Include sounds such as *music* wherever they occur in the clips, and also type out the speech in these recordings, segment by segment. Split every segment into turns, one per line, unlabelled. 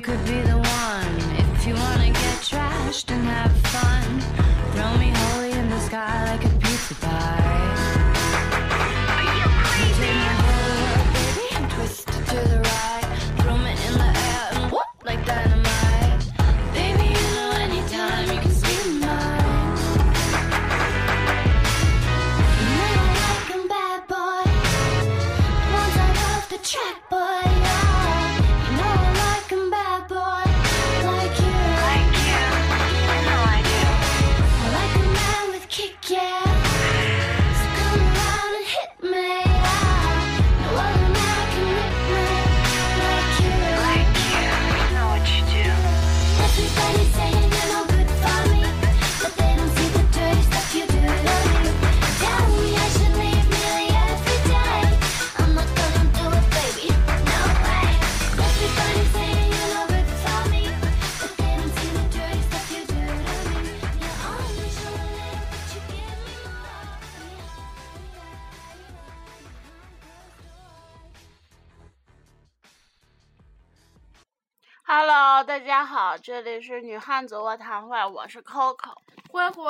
could be the one. If you wanna get trashed and have fun, throw me holy in the sky like a pizza pie. Are you crazy? baby, and twist it to the right. Throw me in the air and whoop like dynamite. Baby, you know anytime you can steal mine. You know I like 'em bad boy. Ones I love the track boy. Yeah. You know I like 'em bad boy. Like you. Like you. I know I do. I like a man with kick, yeah. So come around and hit me. Yeah. No other man can rip me. Like you. Like you. I know what you do. Everybody saying you're no good for me. But they don't see the dirty stuff you do to me. Tell me I should leave nearly every day. I'm not gonna do it, baby. No way. Everybody saying you're no good for me. But they don't see the dirty stuff you do to me. You're only showing it, but you give me more.
Hello，大家好，这里是女汉子卧谈会，我是 Coco，
慧慧，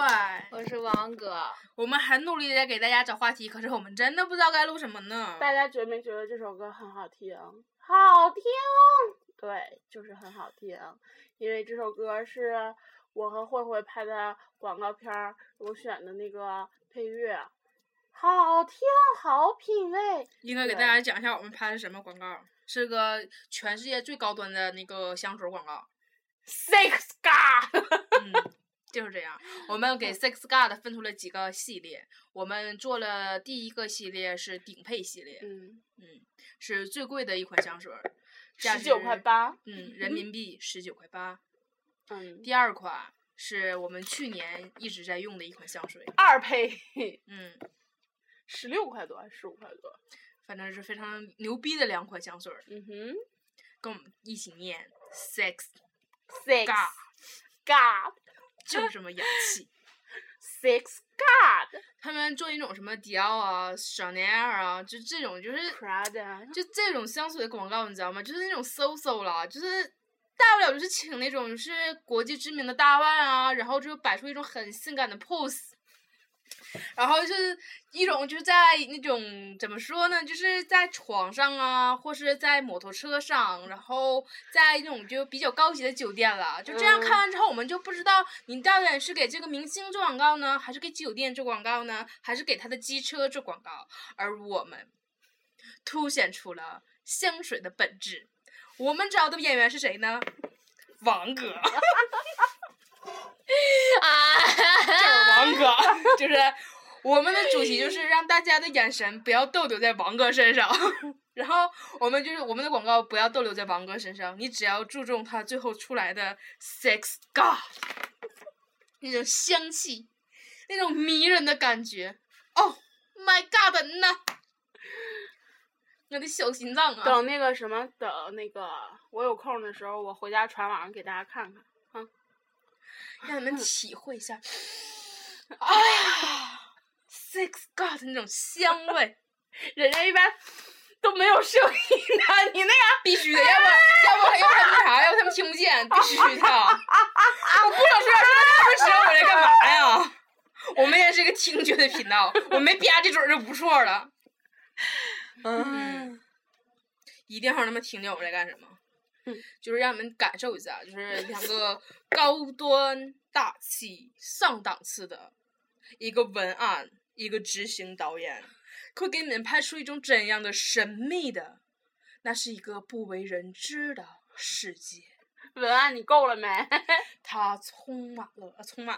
我是王哥。
我们很努力的给大家找话题，可是我们真的不知道该录什么呢。
大家觉没觉得这首歌很好听？好听，对，就是很好听，因为这首歌是我和慧慧拍的广告片儿，我选的那个配乐，好听，好品味。
应该给大
对
家讲一下我们拍的什么广告，是个全世界最高端的那个香水广告。
Six God，
嗯，就是这样。我
*laughs*
们给 Six God 分出了几个系列，我们做了第一个系列是顶配系列，
嗯，
嗯，是最贵的一款香水，价
十九
值
块，八，
嗯，人民币十九
*laughs*
块八。
嗯，
第二款是我们去年一直在用的一款香水，
*laughs* 二配
嗯，
十六块多，还是十五块多？
反正是非常牛逼的两款香水儿，
嗯哼
跟我们一起念 sex
，Six
god，
God。
就是这么洋气。
Six God
他们做一种什么迪奥啊、香奈儿啊，就这种就是
Prada，
就这种香水的广告，你知道吗？就是那种搜搜啦，就是。大不了就是请那种就是国际知名的大腕啊，然后就摆出一种很性感的 pose，然后就是一种就是在那种怎么说呢，就是在床上啊，或是在摩托车上，然后在一种就比较高级的酒店了。就这样
嗯
看完之后，我们就不知道你到底是给这个明星做广告呢，还是给酒店做广告呢，还是给他的机车做广告？而我们凸显出了香水的本质。我们找的演员是谁呢？王哥。
*laughs* 啊，
*laughs* 就是王哥，就是我们的主题就是让大家的眼神不要逗留在王哥身上， *laughs* 然后我们就是我们的广告不要逗留在王哥身上，你只要注重他最后出来的 sex god 那种香气，那种迷人的感觉，Oh my god 呐！我的小心脏
*laughs*
啊！
等那个什么，等那个我有空的时候，我回家传网上给大家看看。
让你们体会一下， *sighs* 哎呀，Six God 那种香味，
人家一般 *laughs* 都没有声音的，你那个
*laughs* 必须的，要不要不要不他们那啥，要不他们听不见，必须的。 *laughs* 我不想说，说他们知道我在干嘛呀？我们也是个听觉的频道，我没吧唧嘴儿就不错了。嗯，一定要让他们听见我们在干什么，就是让你们感受一下，就是两个高端大气上档次的一个文案，一个执行导演，会给你们拍出一种怎样的神秘的，那是一个不为人知的世界，
文案你够了没？
它充满了，呃充满，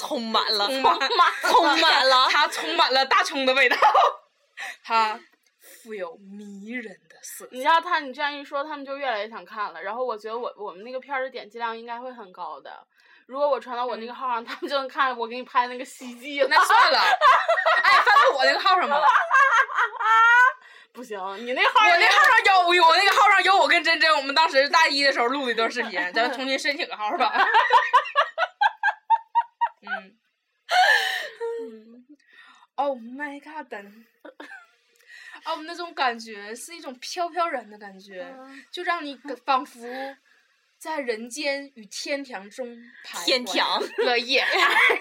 充满了，
充满，
充满
*laughs*
了。
它充满了大葱的味道，它富有迷人的色
*laughs*
*laughs*
你
彩。
知道他，你这样一说，他们就越来越想看了。然后我觉得我我们那个片儿的点击量应该会很高的。如果我传到我
嗯
那个号上，他们就能看我给你拍那个袭击了。 *laughs*
那算了， *laughs* 哎，翻到我那个号上吧，我
不行，你那号
那号上有我我那个号上有我跟珍珍，我们当时大一的时候录的一段视频，咱们重新申请个号吧。嗯嗯，Oh my god！哦，嗯那种感觉是一种飘飘然的感觉，就让你感仿佛在人间与天堂中徘徊
天堂
了夜。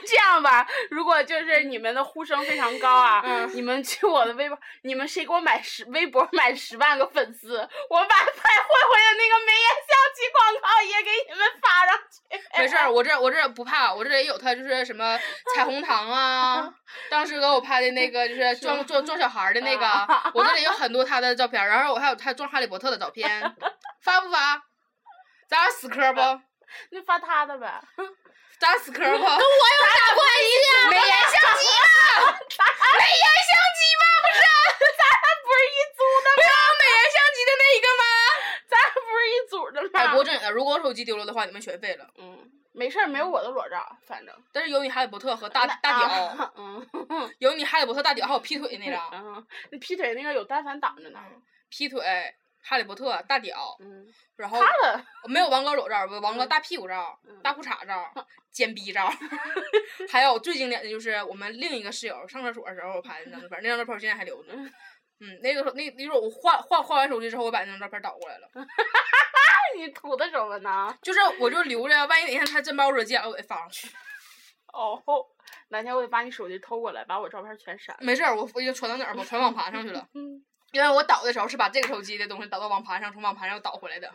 这样吧，如果就是你们的呼声非常高啊，
嗯
你们去我的微博，你们谁给我买十微博买十万个粉丝，我把拍慧慧的那个美颜相机广告也给你们发上去。
没事儿，我这我这不怕，我这也有他，就是什么彩虹糖 *laughs* 啊，当时给我拍的那个就是啊装装装小孩儿的那个，我 *laughs* 这里有很多他的照片儿，然后我还有他装哈利波特的照片，发不发？咱俩死磕不？
那发他的呗，
咱俩死磕不？跟我有啥关系啊？美颜相机
*laughs*
嘛，美颜相机嘛，不是？
咱俩不是一组的，
不是美颜相机的那一个吗？
咱俩不是一组的吗？
哎，不过正经的，如果我手机丢了的话，你们全废了。
嗯，没事儿，没有我的裸照，反正
但是有你哈利波特和大大屌，
啊，嗯
有你哈利波特大屌，还有劈腿那 *laughs* 张。
嗯，那劈腿那个有但凡挡着呢，
劈腿、哈利波特、大屌，
嗯，
然后
他的 *laughs*
没有王哥裸照，不，王哥大屁股照、大裤衩照、尖逼照， *laughs* 还有最经典的就是我们另一个室友上厕所的时候我拍的那张照片，那张照片我现在还留着。嗯，那个时候那那时候我换换换完手机之后，我把那张照片倒过来了，
你涂的什么呢？
就是我就留着，万一哪天他真把我惹急眼了，我得发上去。
哦，哪天我得把你手机偷过来，把我照片全删了。
没事儿，我我已经传到哪儿吧，我传网盘上去了。因为我导的时候是把这个手机的东西导到网盘上，从网盘上导回来的。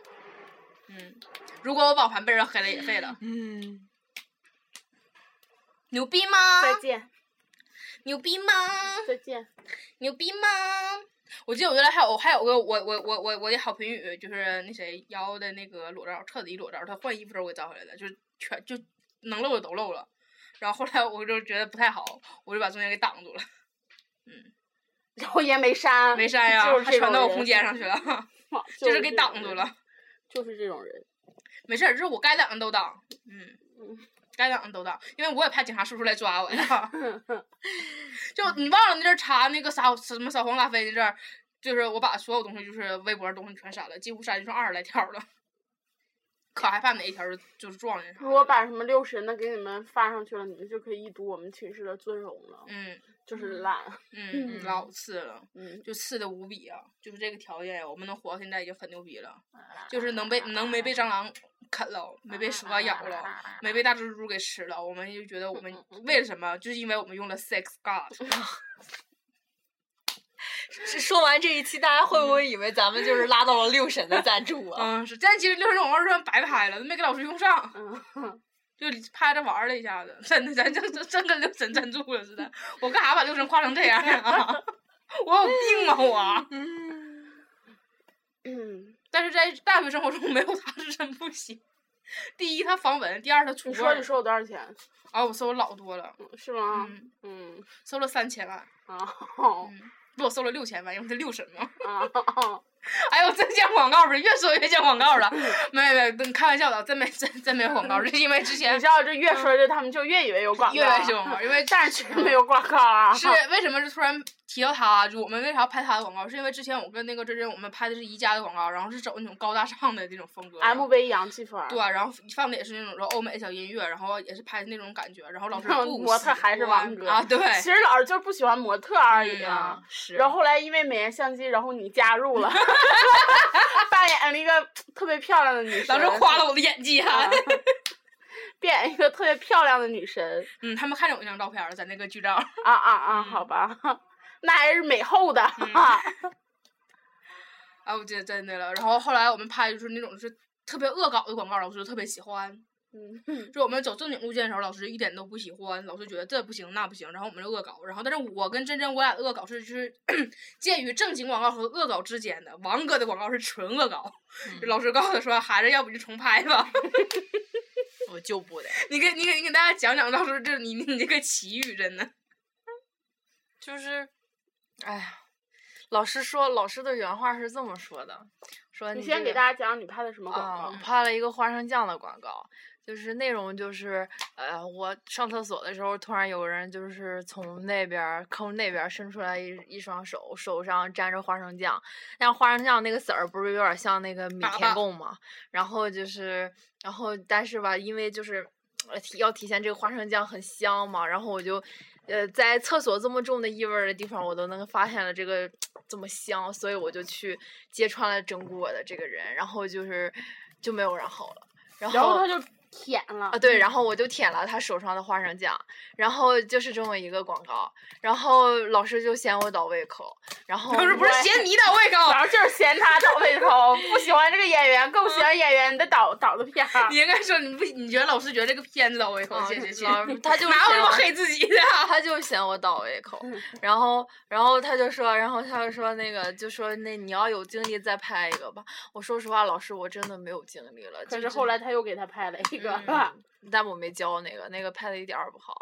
嗯，如果我网盘被人黑了也废了。
嗯，
牛逼吗？
再见，
牛逼吗？
再见。
牛逼吗？ *laughs* 我记得我原来还有还有个我我我我我的好评语，就是那谁瑶的那个裸照，彻底裸照，她换衣服时候我给找回来的，就是全就能露的都露了。然后后来我就觉得不太好，我就把中间给挡住了，
然后也没删，
没删呀、
*laughs* 就是
还
这
传
种
到我
人 *laughs*
空间上去了，
哇
就
就是是
给
这
挡
种
住
人
了。
就是这种人。
没事儿，这是我该挡的都挡，嗯
嗯，
该挡的都挡，因为我也怕警察叔叔来抓我呀。就你忘了那阵儿查那个撒什么撒谎拉菲那阵儿，就是我把所有东西就是微博上东西全删了，几乎删就剩二十来条了，可害怕哪一条就就是撞见啥
如果
了。
把什么六神的给你们发上去了，你们就可以一睹我们寝室的尊容了。
嗯
就是烂，
嗯，
嗯
老次了，
嗯，
就次的无比啊！就是这个条件，我们能活到现在已经很牛逼了，就是能被能没被蟑螂啃了，没被蛇咬
啊 *clears throat*
了，没被大蜘蛛给吃了，我们就觉得
嗯
我们为了什么？就是因为我们用了 Sex
*laughs*
God，
这说完这一期，大家会不会以为咱们就是拉到了六神的赞助啊？
嗯，是。但其实六十广告算白拍了，没给老师用上，
嗯，
*laughs* 就拍着玩儿了一下子。真的，咱就真跟六神赞助了似的。我干啥把六神夸成这样啊？ *laughs* 我有病吗我？ *laughs*
嗯，
但是在大学生活中没有他是真不行。第一，他防蚊；第二，他除
你
味
说
儿
你。收我多少钱？
啊，我搜老多了，
是吗？
嗯，
嗯，
搜了三千万，
啊哈
不，我搜了六千万，因为他六神嘛。
啊哈，
哎呦，真像广告似的，越说越像广
*laughs*
告了。没没，跟开玩笑的，真没真真没有广告，是因为之
你
前
知道这越说这他们就越以为有广告，
嗯越来越广告，因为但是
没有广告啊，
是为什么是突然提到他？就我们为啥拍他的广告？是因为之前我跟那个真真，我们拍的是宜家的广告，然后是走那种高大上的那种风格。
MV 洋气风儿，
对，啊然后放的也是那种说欧美小音乐，然后也是拍的那种感觉，然后老师不
模特
喜
还是
欢
王哥
啊，对，
其实老师就是不喜欢模特而已啊。
嗯是。
然后后来因为美颜相机，然后你加入
*laughs*
了，扮演了一个特别漂亮的女神，
老师夸了我的演技还、
啊， *laughs* 扮演一个特别漂亮的女神
嗯，他们看见我那张照片了，在那个剧照。
啊啊啊！好
嗯
吧，那还是美后的，
啊，我记得真的了。然后后来我们拍就是那种就是特别恶搞的广告，老师就特别喜欢。
嗯，
就我们走正经路线的时候，老师一点都不喜欢，老师觉得这不行那不行，然后我们就恶搞。然后，但是我跟真真我俩的恶搞是就是 *coughs* 介于正经广告和恶搞之间的。王哥的广告是纯恶搞，就
嗯
老师告诉他说：“孩子，要不就重拍吧。 *laughs*
我就不得，”
你给你给你给大家讲讲，到时候这你你这个奇遇真的，
就是，哎呀，老师说，老师的原话是这么说的，说
你
这
先给
个
大家讲讲你拍的
哦
什么广
啊，
告嗯
我。拍了一个花生酱的广告，就是内容就是，呃，我上厕所的时候，突然有人就是从那边儿坑那边儿伸出来一一双手，手上沾着花生酱，但花生酱那个色儿不是有点像那个米
粑粑
田共嘛，然后就是，然后但是吧，因为就是呃体要体现这个花生酱很香嘛，然后我就。呃，在厕所这么重的异味儿的地方，我都能发现了这个这么香，所以我就去揭穿了整蛊我的这个人，然后就是就没有然后了。然
然后
哦
他
后
就舔了
啊，，对，然后我就舔了他手上的花生酱，然后就是这么一个广告，然后老师就嫌我倒胃口，然
*laughs*
后
不是不是
我
嫌你倒胃口，
*laughs*
然后就是嫌他倒胃口，不喜欢这个演员，更喜欢演员的导导的片儿
嗯你。应该说你不，你觉得老师觉得这个片子倒胃口，
啊
谢谢谢
老
谢。
他就
哪有
嫌
这么
我
黑自己的？
啊他就嫌我倒胃口， *laughs* 然后，然后他就说，然后他就说那个，就说那你要有精力再拍一个吧。我说实话，老师，我真的没有精力了。
可
就是
后来他又给他拍了一个，
嗯
但我没教那个，那个拍的一点儿不好，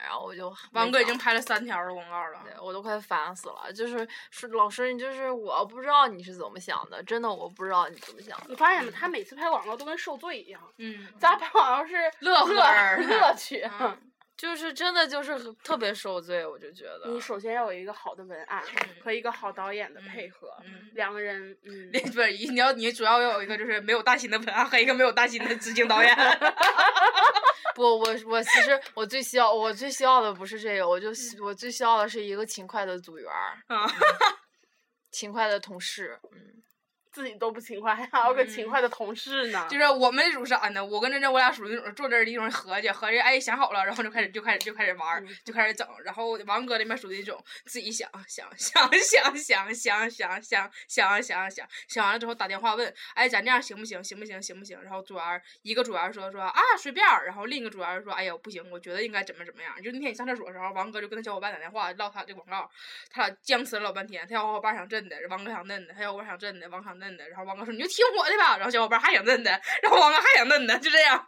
然后我就
王
没
哥已
教
经拍了三条的广告了
对。我都快烦死了。就是说，老师，你就是我不知道你是怎么想的，真的我不知道你怎么想的。
你发现没？他每次拍广告都跟受罪一样，
嗯，
咱拍广告是
*laughs* 乐呵
乐
儿 *laughs*
乐趣。
嗯
就是真的就是很特别受罪，我就觉得。
你首先要有一个好的文案
嗯
和一个好导演的配合，
嗯 *laughs*
两个人，嗯，
那不是你要你主要要有一个就是没有大型的本案和一个没有大型的执行导演。
不，我我其实我最需要我最需要的不是这个，我就希我最需要的是一个勤快的组员儿，嗯
啊
*laughs* 勤快的同事，嗯，
自己都不勤快，还有个勤
嗯
快的同事呢。
就是我们那种是俺的，我跟珍珍我俩属于那种坐这儿一种合计，合计哎想好了，然后就开始就开始就开始玩儿，
嗯
就开始整。然后王哥那边属于那种自己想想想想想想想想想想想想完了之后打电话问，哎咱这样行不行？行不行？行不行？然后组员儿一个组员儿说说啊随便儿，然后另一个组员儿说哎呀不行，我觉得应该怎么怎么样。就那天你上厕所的时候，王哥就跟他小伙伴打电话唠他这广告，他俩僵持了老半天，他小伙伴想震的，王哥想震的，他小伙伴想震的，王哥想震的，然后王哥说你就听我的吧，然后小伙伴还想震的，然后王哥还想震的，就这样，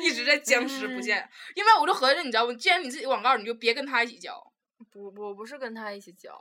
一直在僵持不见。因为我就合计，你知道吗？既然你自己广告，你就别跟他一起交。
不，我不是跟他一起教，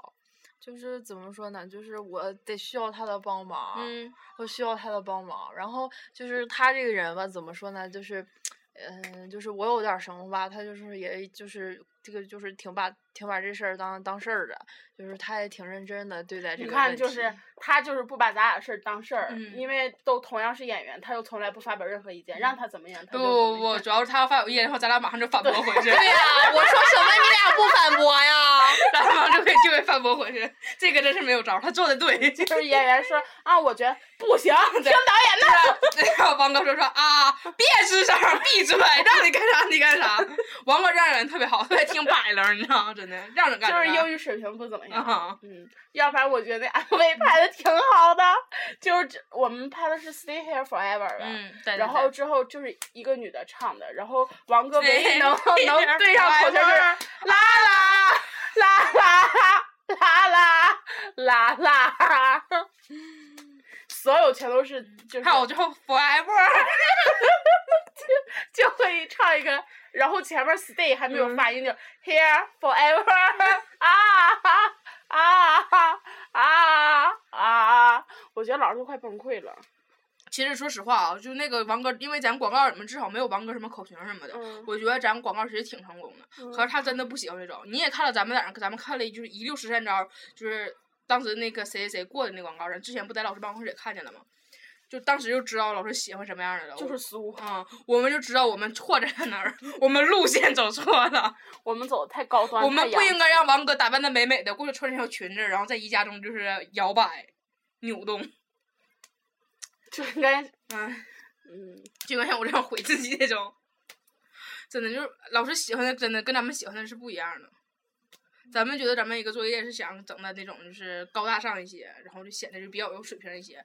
就是怎么说呢，就是我得需要他的帮忙，
嗯
我需要他的帮忙。然后就是他这个人吧，怎么说呢，就是，嗯，就是我有点儿什么吧，他就是也就是这个就是挺把挺把这事儿当当事儿的，就是他也挺认真的对待这
你
个
看，
问
就是
题
他就是不把咱俩事儿当事儿，
嗯
因为都同样是演员，他又从来不发表任何意见，让他怎么样他
不
就怎
不
么样。
不，主要是他要发有意见的话，咱俩马上就反驳回去，
对呀、我说什么你俩不反驳呀？
咱俩马上就给就给反驳回去。这个真是没有招儿，他做的 *laughs* 对。
就是演员说啊，我觉得不行，听导演的。
然后王哥说说啊，别吱声儿，闭嘴，让你干啥你干啥。王哥这样人特别好，特别听摆楞儿，你知道吗？真的，让人干
就是
啥
英语水平不怎么样。
啊。
嗯，要不然我觉得那 MV
嗯
拍的挺好的，就是这我们拍的是《Stay Here Forever》吧。
嗯，对对
然后
对
之后就是一个女的唱的，然后王哥唯一
Stay
能
here
能对上口就是
forever
啦啦啦啦啦啦啦啦啦， *laughs* 所有全都是就是
还有之后 forever，
就会唱一个，然后前面 stay 还没
嗯
有发音，就 here forever *laughs* 啊哈啊哈啊啊！我觉得老师都快崩溃了。
其实说实话啊，就那个王哥，因为咱广告里面至少没有王哥什么口型什么的，
嗯
我觉得咱广告其实挺成功的。可是他真的不喜欢这种，你也看了咱们在那，咱们看了就是一溜十三招，就是当时那个谁谁谁过的那广告，咱之前不在老师办公室也看见了吗？就当时就知道老师喜欢什么样的了，
就是苏，
啊、我们就知道我们错在哪儿，我们路线走错了，
我们走的太高端，
我们
太
不
洋
应该让王哥打扮的美美的，过去穿上条裙子，然后在宜家中就是摇摆扭动，
就应该 *laughs*
哎。
嗯，
就有像我这样毁自己那种，真的就是老师喜欢的，真的跟咱们喜欢的是不一样的。咱们觉得咱们一个作业是想整的那种，就是高大上一些，然后就显得就比较有水平一些。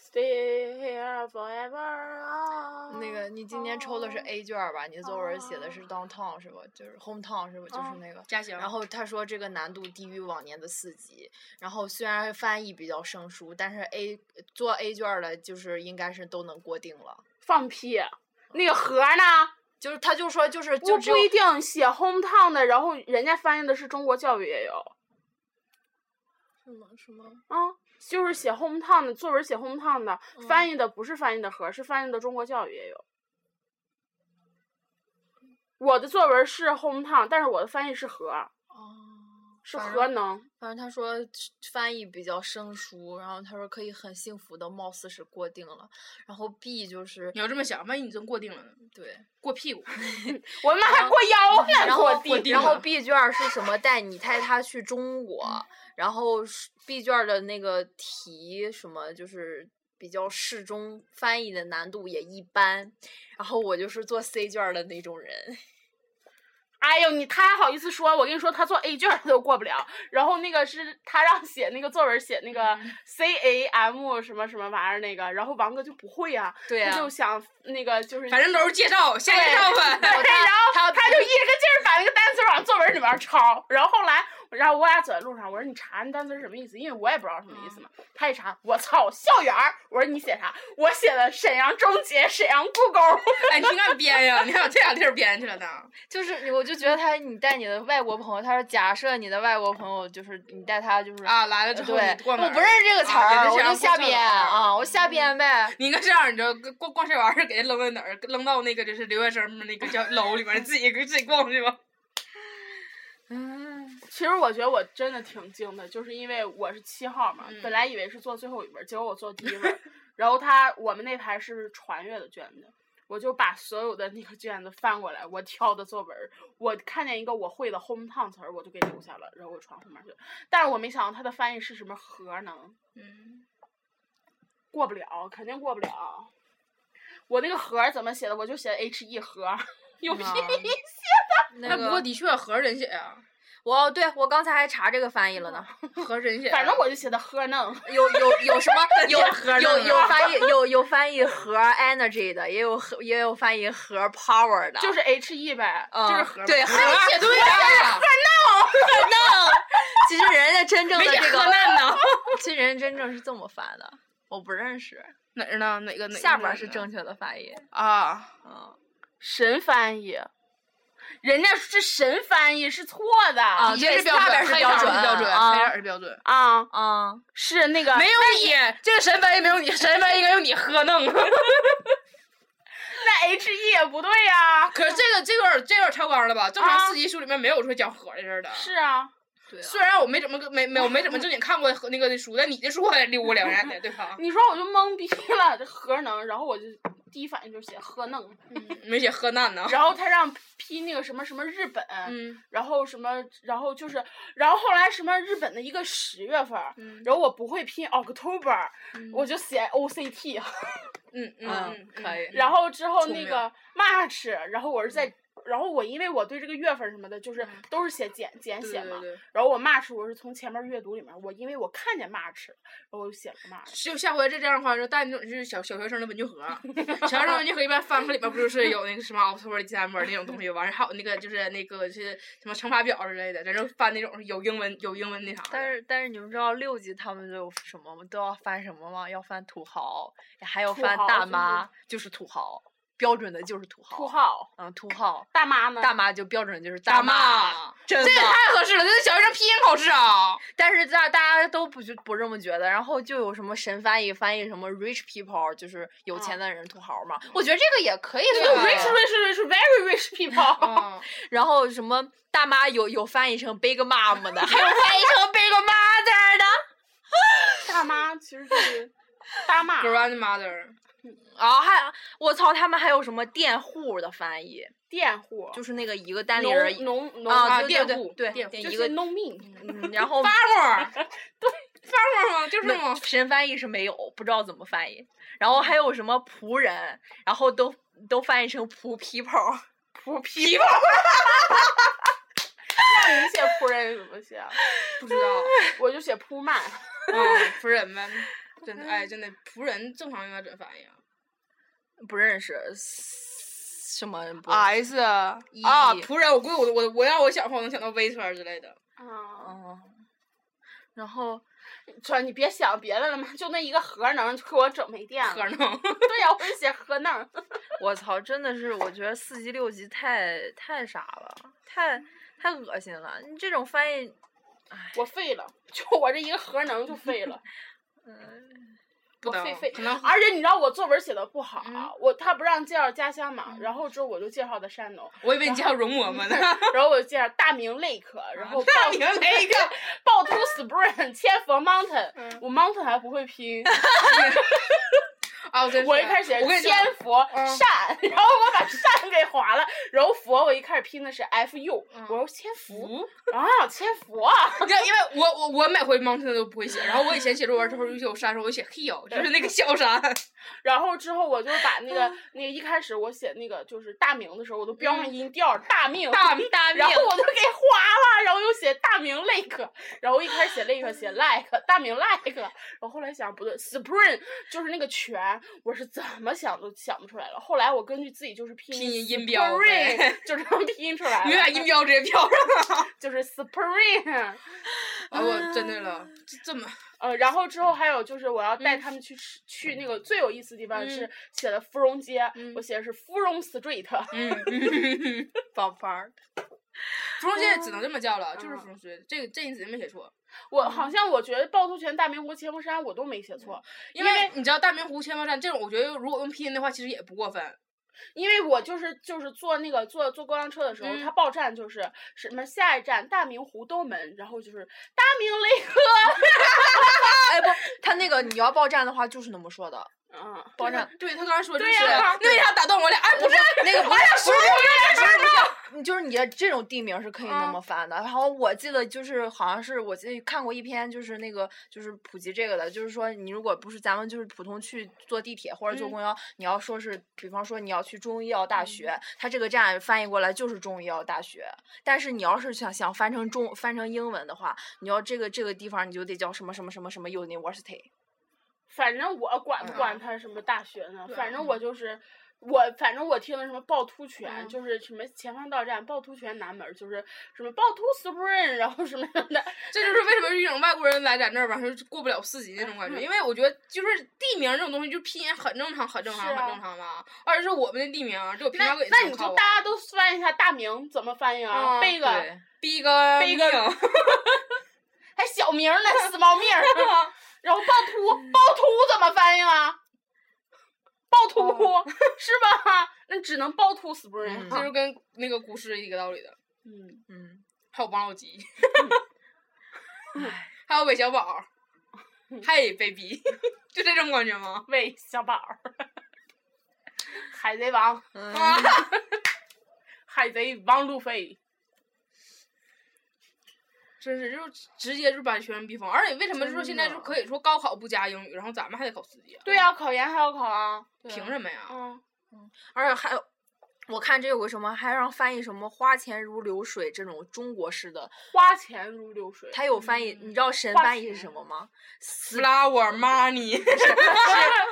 Stay here forever 啊。
*laughs* 那个，你今年抽的是 A 卷儿吧？你的作文写的是 downtown 是吧？就是 hometown 是吧？就
啊
是那个。
嘉行，
然后他说这个难度低于往年的四级，然后虽然翻译比较生疏，但是 A 做 A 卷儿的，就是应该是都能过定了。
放屁，那个盒呢？
就是他就说就是
不
就只有
不一定写 hometown 的，然后人家翻译的是中国教育也有。
什么什么
啊，就是写 hometown 的作文，写 hometown 的、翻译
嗯
的不是翻译的盒，是翻译的中国教育也有。我的作文是 hometown，但是我的翻译是河，
哦，
是
反
核
正
能。
反正他说翻译比较生疏，然后他说可以很幸福的，貌似是过定了。然后 B 就是
你要这么想，万一你真过定了呢？
对，
过屁股，
我他妈还过腰呢，
然
我
后
弟弟。
然后 B 卷儿是什么？带你带他去
嗯
中国，然后是 B 卷儿的那个题什么就是比较适中，翻译的难度也一般。然后我就是做 C 卷儿的那种人，
*laughs* 哎呦，你他还好意思说？我跟你说，他做 A 卷儿他都过不了。然后那个是他让写那个作文，写那个
嗯
C A M 什么什么玩意儿那个，然后王哥就不会呀、
对
啊
*laughs* 啊呀、
他就想那个就是，
反正都是介绍，下介绍
对，
吧。
*laughs* 然
他
后他就一个劲儿把那个单词儿往作文里面抄。然后后来，然后我俩走在路上，我说你查那单词儿什么意思，因为我也不知道什么意思嘛。
嗯
他一查，我操，校园儿。我说你写啥？我写的沈阳中街、沈阳故宫。
*laughs* 哎，你挺敢编呀，你还往这俩地儿编去了呢。
就是我就觉得他，你带你的外国朋友，他说假设你的外国朋友就是你带他就是
啊，来了之
对，
后你逛哪
我
儿
不认识这个词
啊人
儿，
家
我
沈阳
就
故
瞎
宫
编
哪儿
啊，我瞎
嗯
编呗。
你应该这样，你知道，逛逛这玩意儿，给人扔在哪儿？扔到那个就是留学生们那个叫楼里面，自己自己逛去 *laughs* 吧。嗯，
其实我觉得我真的挺精的，就是因为我是七号嘛，
嗯
本来以为是坐最后一本，结果我坐第一
*laughs*
本。然后他我们那排是传阅的卷子，我就把所有的那个卷子翻过来，我挑的作文，我看见一个我会的 hometown 词儿，我就给留下了，然后我传后面去了。但是我没想到它的翻译是什么核能，
嗯，
过不了，肯定过不了。我那个核儿怎么写的？我就写 H E 核儿，有屁！
那
不
个
过的确合着人写啊，
我对我刚才还查这个翻译了呢，
合着人写啊。
反正我就写的核能。
有有有 *laughs* 什么有
盒儿
有
呢
有翻译有有翻译核 energy 的，也有盒也有翻译核 power 的，
就是 H E 呗，
嗯
就是核儿
对
嘛
核儿
写对了，
no，其实人家真正
没
的
写
这
河
个，
南呢。
其实人家真正是这么翻的，我不认识，
哪儿呢？哪个哪个？
下边是
哪个
正确的翻译，
啊。
嗯，
神翻译，人家是神翻译是错的
啊
底下
对
是标
下
准，
边是
黑
标
色
准
是标准，
啊
黑色是标准。
啊
啊，
是那个
没有你，这个神翻译没有你，神翻译应该用你喝弄。 *laughs*
那 H E 也不对呀、
可是这个这个有点这个有点超纲了吧？正常
啊
四级书里面没有说讲盒的事儿的。
是啊，
对
虽然我没怎么跟没没我没怎么正经看过和那个书，但你的书我也溜过两眼的，对吧？
你说我就懵逼了，这核能，然后我就第一反应就是写核能，
没写河南呢。
然后他让批那个什么什么日本，
嗯
然后什么，然后就是，然后后来什么日本的一个十月份儿。
嗯
然后我不会拼 October，、我就写 O C T，
嗯嗯
嗯嗯
嗯，
可以
然后之后
聪
那
明
个 March，然后我是在，然后我因为我对这个月份什么的，就是
嗯
都是写简简
对
写
对
嘛
对，对，
然后我 March 我是从前面阅读里面，我因为我看见 March，然后我就写了 March。
就下回再这样的话，就带那种就是小小学生的文具盒儿，小学生文具盒一般翻开里面不就是有那个什么 October December 那种东西，完事儿还有那个就是那个就是什么乘法表之类的，在这翻那种有英文有英文那啥的。
但是但是你们知道六级他们都有什么吗？都要翻什么吗？要翻土豪，还要
土
翻
豪
大
就是
妈，就是土豪，标准的就是土豪，
土豪
嗯，土豪。
大妈呢？
大妈就标准就是
大
妈
妈，
真
这也太合适了，这是小学生拼音考试啊！
但是大大家都不觉不这么觉得，然后就有什么神翻译翻译什么 rich people，就是有钱的人、土豪嘛。我觉得这个也可以
就
算
rich rich rich very rich people，
嗯，
然后什么大妈有有翻译成 big mom 的，还有翻译成 big mother 的，
*laughs* 大妈其实就是
*laughs*
大妈
*laughs* grandmother，
然后还我操，他们还有什么佃户的翻译，
*laughs* 佃户，
就是那个一个单立人
农农农
啊，
就
对
佃
对
户
对
佃
对，
就
一个
是 no *laughs* mean，
嗯， *laughs* 然后
farmer，对，farmer 吗？就是
那
吗？
神翻译是没有，不知道怎么翻译。然后还有什么仆人，然后都都翻译成仆 people。
仆 people。那你写仆人怎么写啊？
不知道，
我就写铺满。
嗯，仆人呗， *laughs* 真的，哎，真的，仆人正常应该怎么翻译啊？
不认识，什么不认识
S 啊，
E
仆人，我估计我我我要我想的话，我能想到 waiter 之类的。
啊，
嗯，然后
说你别想别的了嘛，就那一个核能就给我整没电
可
了。
能
对呀，我是写核能。
我操，真的是我觉得四级六级太太啥了，太太恶心了。你这种翻译，
我废了，就我这一个核能就废了。
嗯、
*laughs* 不
我
能
废废，
可能
而且你知道我作文写的不好，啊
嗯
我他不让介绍家乡嘛，然后之后我就介绍的山东，
我以为你叫容嬷嬷 *laughs* 呢。
然后我就介绍大明
*laughs*
lake，然后大
明 lake
*laughs* 趵突 spring，千佛 mountain，、
嗯 *laughs*
我 mountain 还不会拼，
啊，我跟你
我一
说
开始写
我跟你说
千佛
嗯
善，然后我把善给划了，然后佛我一开始拼的是 F U，
嗯
我说千福
福，
啊，千
*laughs*
佛，
你知道，因为我我我每回 mountain 都不会写，然后我以前写作文的时候，尤其我山的时候，我写 hill，就是那个小 *laughs* 山。
然后之后我就把那
*laughs*
个那个一开始我写那个就是大名的时候，我都标上音调，大命
嗯大大
然后
命
我就给划了，然后又写大名 lake，然后一开始写 lake 写 like 大名 like，然后后来想不对，spring 就是那个泉，我是怎么想都想不出来了。后来我根据自己就是拼
拼
音
音音标
spring
呗
就这样拼出来
你们把
了，
音标直接飘上了。
就是 spring。
啊，我真的了，这这么
呃，然后之后还有就是我
嗯
要带他们去吃、去那个最有意思的地方是写的芙蓉街，
嗯
我写的是芙蓉
*laughs*
street，
嗯，嗯
宝牌儿，
芙蓉街只能这么叫了，就是
嗯
芙蓉街，这个这一直没写错。
我
嗯
好像我觉得趵突泉、大明湖、千佛山我都没写错，因
因为你知道大明湖千佛山这种，我觉得如果用拼音的话，其实也不过分。
因为我就是就是坐那个坐坐公交车的时候，
嗯
它报站就是什么下一站大明湖东门，然后就是大明雷河，
哎不，他那个你要报站的话就是那么说
*laughs*
的，
啊
嗯，
报站
对他刚才说这
对
是，
呀
那为啥打断我俩？哎，不是
那个不是不是不是不是，就是你的这种地名是可以那
嗯
么翻的。然后我记得就是好像是我记得看过一篇，就是那个就是普及这个的，就是说你如果不是咱们就是普通去坐地铁或者坐
嗯
公交，你要说是比方说你要去中医药
嗯
大学，它这个站翻译过来就是中医药大学。但是你要是想想翻成中翻成英文的话，你要这个这个地方你就得叫什么什么什么什么 university。
反正我管不管
嗯
它什么大学呢，
对
反正我就是。我反正我听的什么趵突泉，
嗯
就是什么前方到站趵突泉南门，就是什么趵突 spring，然后什么什么的，
这就是为什么一种外国人来咱这儿完事儿就过不了四级那种感觉，因为我觉得就是地名这种东西，就拼音很正常，很正常，
是啊
很正常吧。而且是我们的地名，这我平
那
常给
那你
参考
就大家都翻译一下大名怎么翻译啊？
嗯
背个
对，
逼个
背个 *laughs*
命
还小名呢，死猫
*laughs*
命儿。然后趵突，趵突怎么翻译啊？趵突、是吧？那只能趵突 spring
哦嗯
这
啊。
就跟那个古诗一个道理的。
嗯，
嗯，
还有王老吉，
唉
还有韦
*laughs*
小宝，嘿，baby，就这种感觉吗？
喂，小宝儿，海贼王，
嗯，
啊，
*laughs* 海贼王路飞。
真是就直接就把学生逼疯。而且为什么就说现在
真
就
的
可以说高考不加英语，然后咱们还得考四级啊？
对呀、考研还要考啊。
凭什么呀？
哦
嗯，
而且还有，我看这有个什么，还让翻译什么“花钱如流水”这种中国式的，
花钱如流水。
它有翻译，你知道神
花
翻译是
钱
什么吗？
flower money，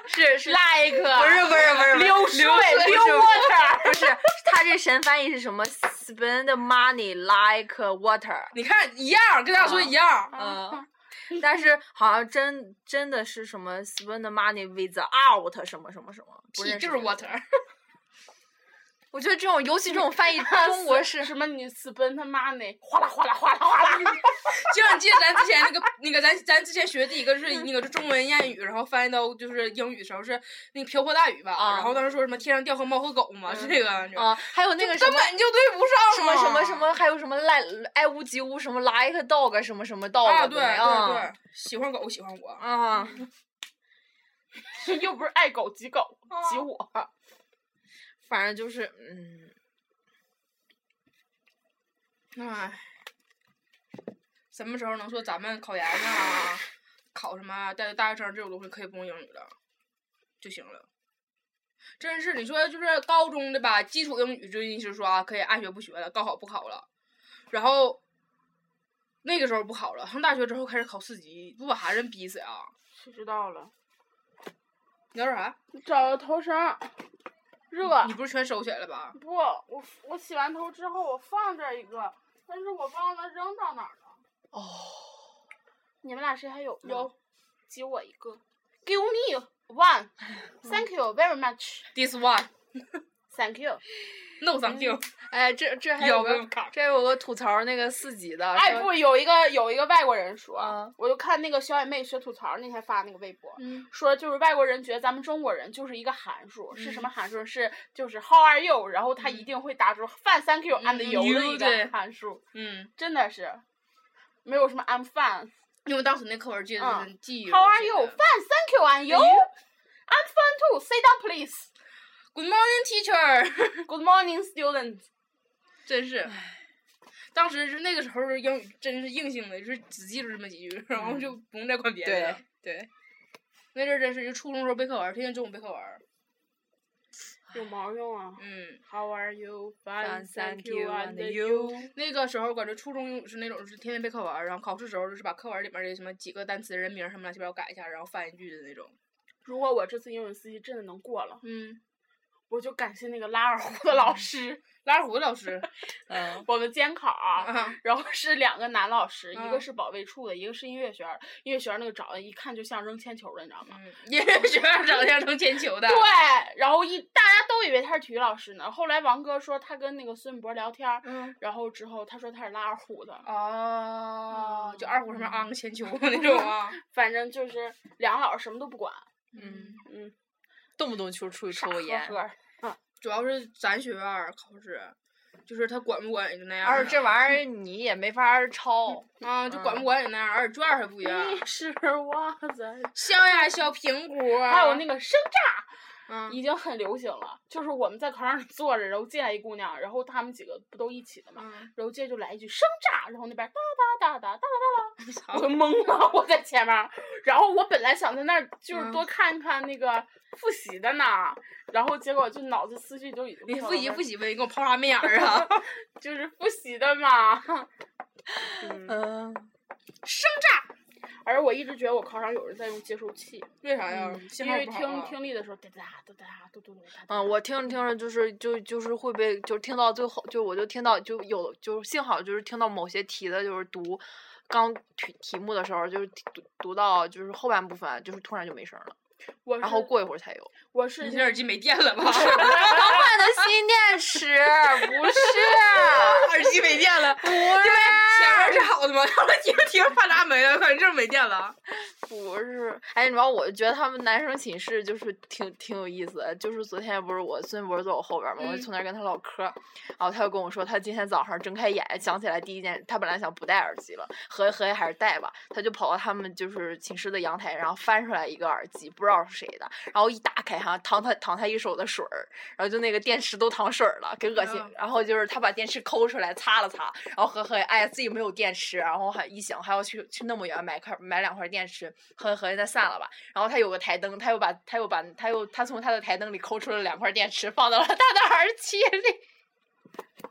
是是
like
不是不是不是不是
流水
流水
流
不是
water。
不是，它这神翻译是什么？Spend money like water。
你看一样，跟大家说一样。
啊
嗯，但是好像真真的是什么 spend money without 什么什么什么，不
屁
认识
就
这
是
个字
water，
我觉得这种，尤其这种翻译中国式，
什么？你 spend money，哗啦哗啦哗啦哗
*laughs*
啦。
就像你记得咱之前那个那个咱咱之前学第一个
嗯
是那个就中文谚语，然后翻译到就是英语的时候是那个瓢泼大雨吧，
啊
然后当时说什么天上掉河猫和狗嘛，是这个感觉。
啊、还有那
就
个什
根
么。
本就对不上
什么什么
嘛
什么，还有什么赖爱屋及乌，什么 like dog，什么什么 dog，
啊！
都
对
没
对
啊
对，喜欢狗喜欢我，
啊，
又不是爱狗及狗
哦
及
啊
我。
反正就是嗯，
唉，什么时候能说咱们考研啊、考什么带大学生这种东西可以不用英语了就行了？真是你说就是高中的吧，基础英语最近是说啊可以爱学不学了，高考不考了，然后那个时候不考了，上大学之后开始考四级，不把孩子们逼死啊！
谁知道了？
你要说啥？
找个头绳儿，热。
嗯
你不是全收起来了吧？
不，我我洗完头之后我放这儿一个，但是我忘了扔到哪儿了。
哦，
你们俩谁还有吗？
有，
给我一个。Give me *laughs* one. Thank you very much. *laughs*
This one,
Thank you.
no thank you，
*laughs* 哎，这这还
要
有
不
个
要卡
这有个吐槽那个四级的，
哎，
说
不，有一个有一个外国人说，
啊
我就看那个小野妹学吐槽那天发那个微博，
嗯
说就是外国人觉得咱们中国人就是一个函数，是什么函数？是就是 How are you？然后他一定会答出 Fine, thank you and
嗯
嗯 you 的
you，
一
对
个函数，
嗯，
真的是没有什么 I'm fine。
因为当时那课文记得
嗯
很记忆犹
How are
新
you?
的
Fine, thank you, and you? I'm fine too, sit down please.
Good morning, teacher 。 *laughs*
Good morning, students.
真是，当时是那个时候是英语真是硬性的，就是只记住这么几句，然
嗯
后就不用再管别的了。
对对，
那阵儿真是，就初中时候背课文儿，天天中午背课文儿。
有毛用啊
嗯，
？How are you?
Fine, thank you, and
and
you.
那个时候感觉初中是那种是天天背课文儿，然后考试时候就是把课文儿里面的什么几个单词、人名儿什么乱七八糟改一下，然后翻一句的那种。
如果我这次英语四级真的能过了，
嗯，
我就感谢那个拉二胡的老师，
拉二胡老
*laughs*
师，
嗯，
我们监考啊、
啊，
然后是两个男老师，一
嗯
个是保卫处的，一个是音乐学院儿。音乐学院儿那个长得一看就像扔铅球的，你知道吗？
*laughs* 嗯，音乐学院长相成铅球的。
对，然后一大家都以为他是体育老师呢。后来王哥说他跟那个孙博聊天儿，
嗯。
然后之后他说他是拉二胡的，
哦，就
嗯
二胡上面昂个
*laughs*
铅球那种啊。
反正就是两个老师什么都不管，
嗯，
嗯，
动不动就出去
傻
抽
呵
个烟。
呵儿。
主要是咱学院儿考试，就是他管不管也就那样儿。
而且这玩意儿你也没法儿抄，
啊，就管
嗯
不管也那样儿，而且卷儿还不一样。 *laughs*
你是我的，
削呀，削苹 *laughs* 果。
还有那个生炸。
嗯
已经很流行了。就是我们在考场里坐着，然后进来一姑娘，然后她们几个不都一起的嘛，
嗯，
然后接着就来一句生炸，然后那边哒哒哒哒哒哒哒，
操
我就懵了， *laughs* 我在前面儿，然后我本来想在那儿就是
嗯
多看看那个复习的呢，然后结果就脑子思绪就已经
你
飘
复
到
习 *laughs*
那儿
复习呗，你给我抛啥媚眼儿 *laughs* 啊？
就是复习的
*laughs*
嘛。嗯，
嗯，
而我一直觉得我考场有人在用接收器，嗯
为啥呀？信
因
号
为
不好
听
啊。
听力的时候哒哒哒哒哒嘟嘟嘟哒哒。
嗯，我听着听着就是就就是会被就是听到最后，就我就听到就有就是幸好就是听到某些题的就是读刚题题目的时候，就是读读到就是后半部分，就是突然就没声儿了，
我
然后
是
过一会儿才有。
我是
你这耳机没电 *laughs* 了吧？
*laughs* 换的新电池，不是，
耳机没电了。
不是，
前面是好的嘛，然后停停啪嗒没了，快正没电了。
不是。哎，你知道，我觉得他们男生寝室就是挺挺有意思的。就是昨天不是我孙博坐我后边儿嘛，我
嗯
就从那儿跟他唠嗑儿，然后他就跟我说，他今天早上睁开眼想起来第一件，他本来想不戴耳机了，合计合计还是戴吧，他就跑到他们就是寝室的阳台，然后翻出来一个耳机，不知道是谁的，然后一打开哈，淌他淌他一手的水儿，然后就那个电池都淌水儿了，给恶心
嗯。
然后就是他把电池抠出来擦了擦，然后呵呵，哎呀自己没有电池，然后还一想还要去去那么远买块买两块电池，呵呵，那散了吧。然后他有个台灯，他又把他又把他又他从他的台灯里抠出了两块电池，放到了他的耳机里。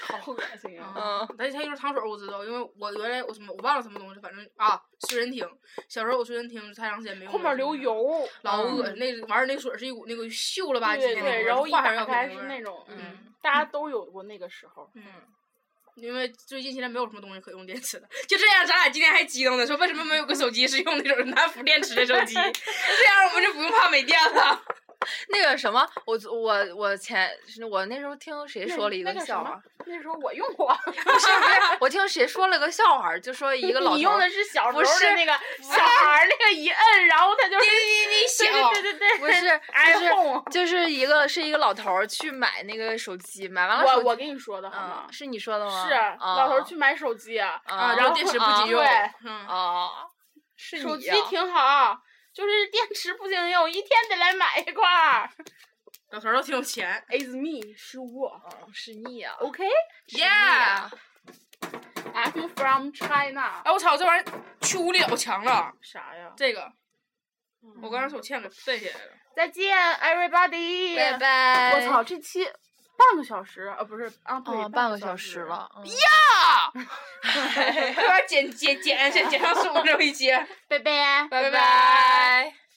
好恶心啊！
嗯，
但是它就是糖水儿，我知道，因为我原来我什么我忘了什么东西，反正啊，随身听。小时候我随身听太长时间没用了，
后面流油。
嗯老恶
嗯
心，那玩意儿那水是一股那个锈了吧唧
对
的那
对，
味儿，
然后一
化学
打
药品
开
的
是
味儿
那种，
嗯，
大家都有过那个时候。
嗯，因为最近现在没有什么东西可用电池的，就这样，咱俩今天还激动呢，说为什么没有个手机是用那种拿浮电池的手机，这样我们就不用怕没电了。
那个什么，我我我前我那时候听谁
那
说了一
那
个
什
笑
么
话，
那时候我用过，
不是不是，我听谁说了个笑话，就说 *laughs* 一个老
你
头
用
儿
的是小时
不
候
是
的那个小孩儿那个一摁，然后它就
滴
是
滴滴滴响，
对对对哎对对，
不是，
iPhone
就是就是一个是一个老头儿去买那个手机，买完了手
我
机，
我跟你说的好吗
嗯，？是你说的吗？
是
啊、
老头儿去买手机，嗯
啊，
啊
然后电池不
啊
急用，
对
嗯，
哦，是
手
你
机
呀
挺好，就是电池不经用，一天得来买一块儿。
老头儿都挺有钱
Is me 是我
嗯是你呀、
，OK
是你呀
，Yeah，
I'm from China。
哎我操，这玩意儿去污力老强了，
啥呀？
这个
嗯
我刚让手欠给背下来了，
再见，everybody。
拜拜。
我操，这期半个小时啊，不是啊，对，
哦，半个小时。了。嗯
快把剪剪剪剪剪上手这一节，
拜拜，
拜
拜。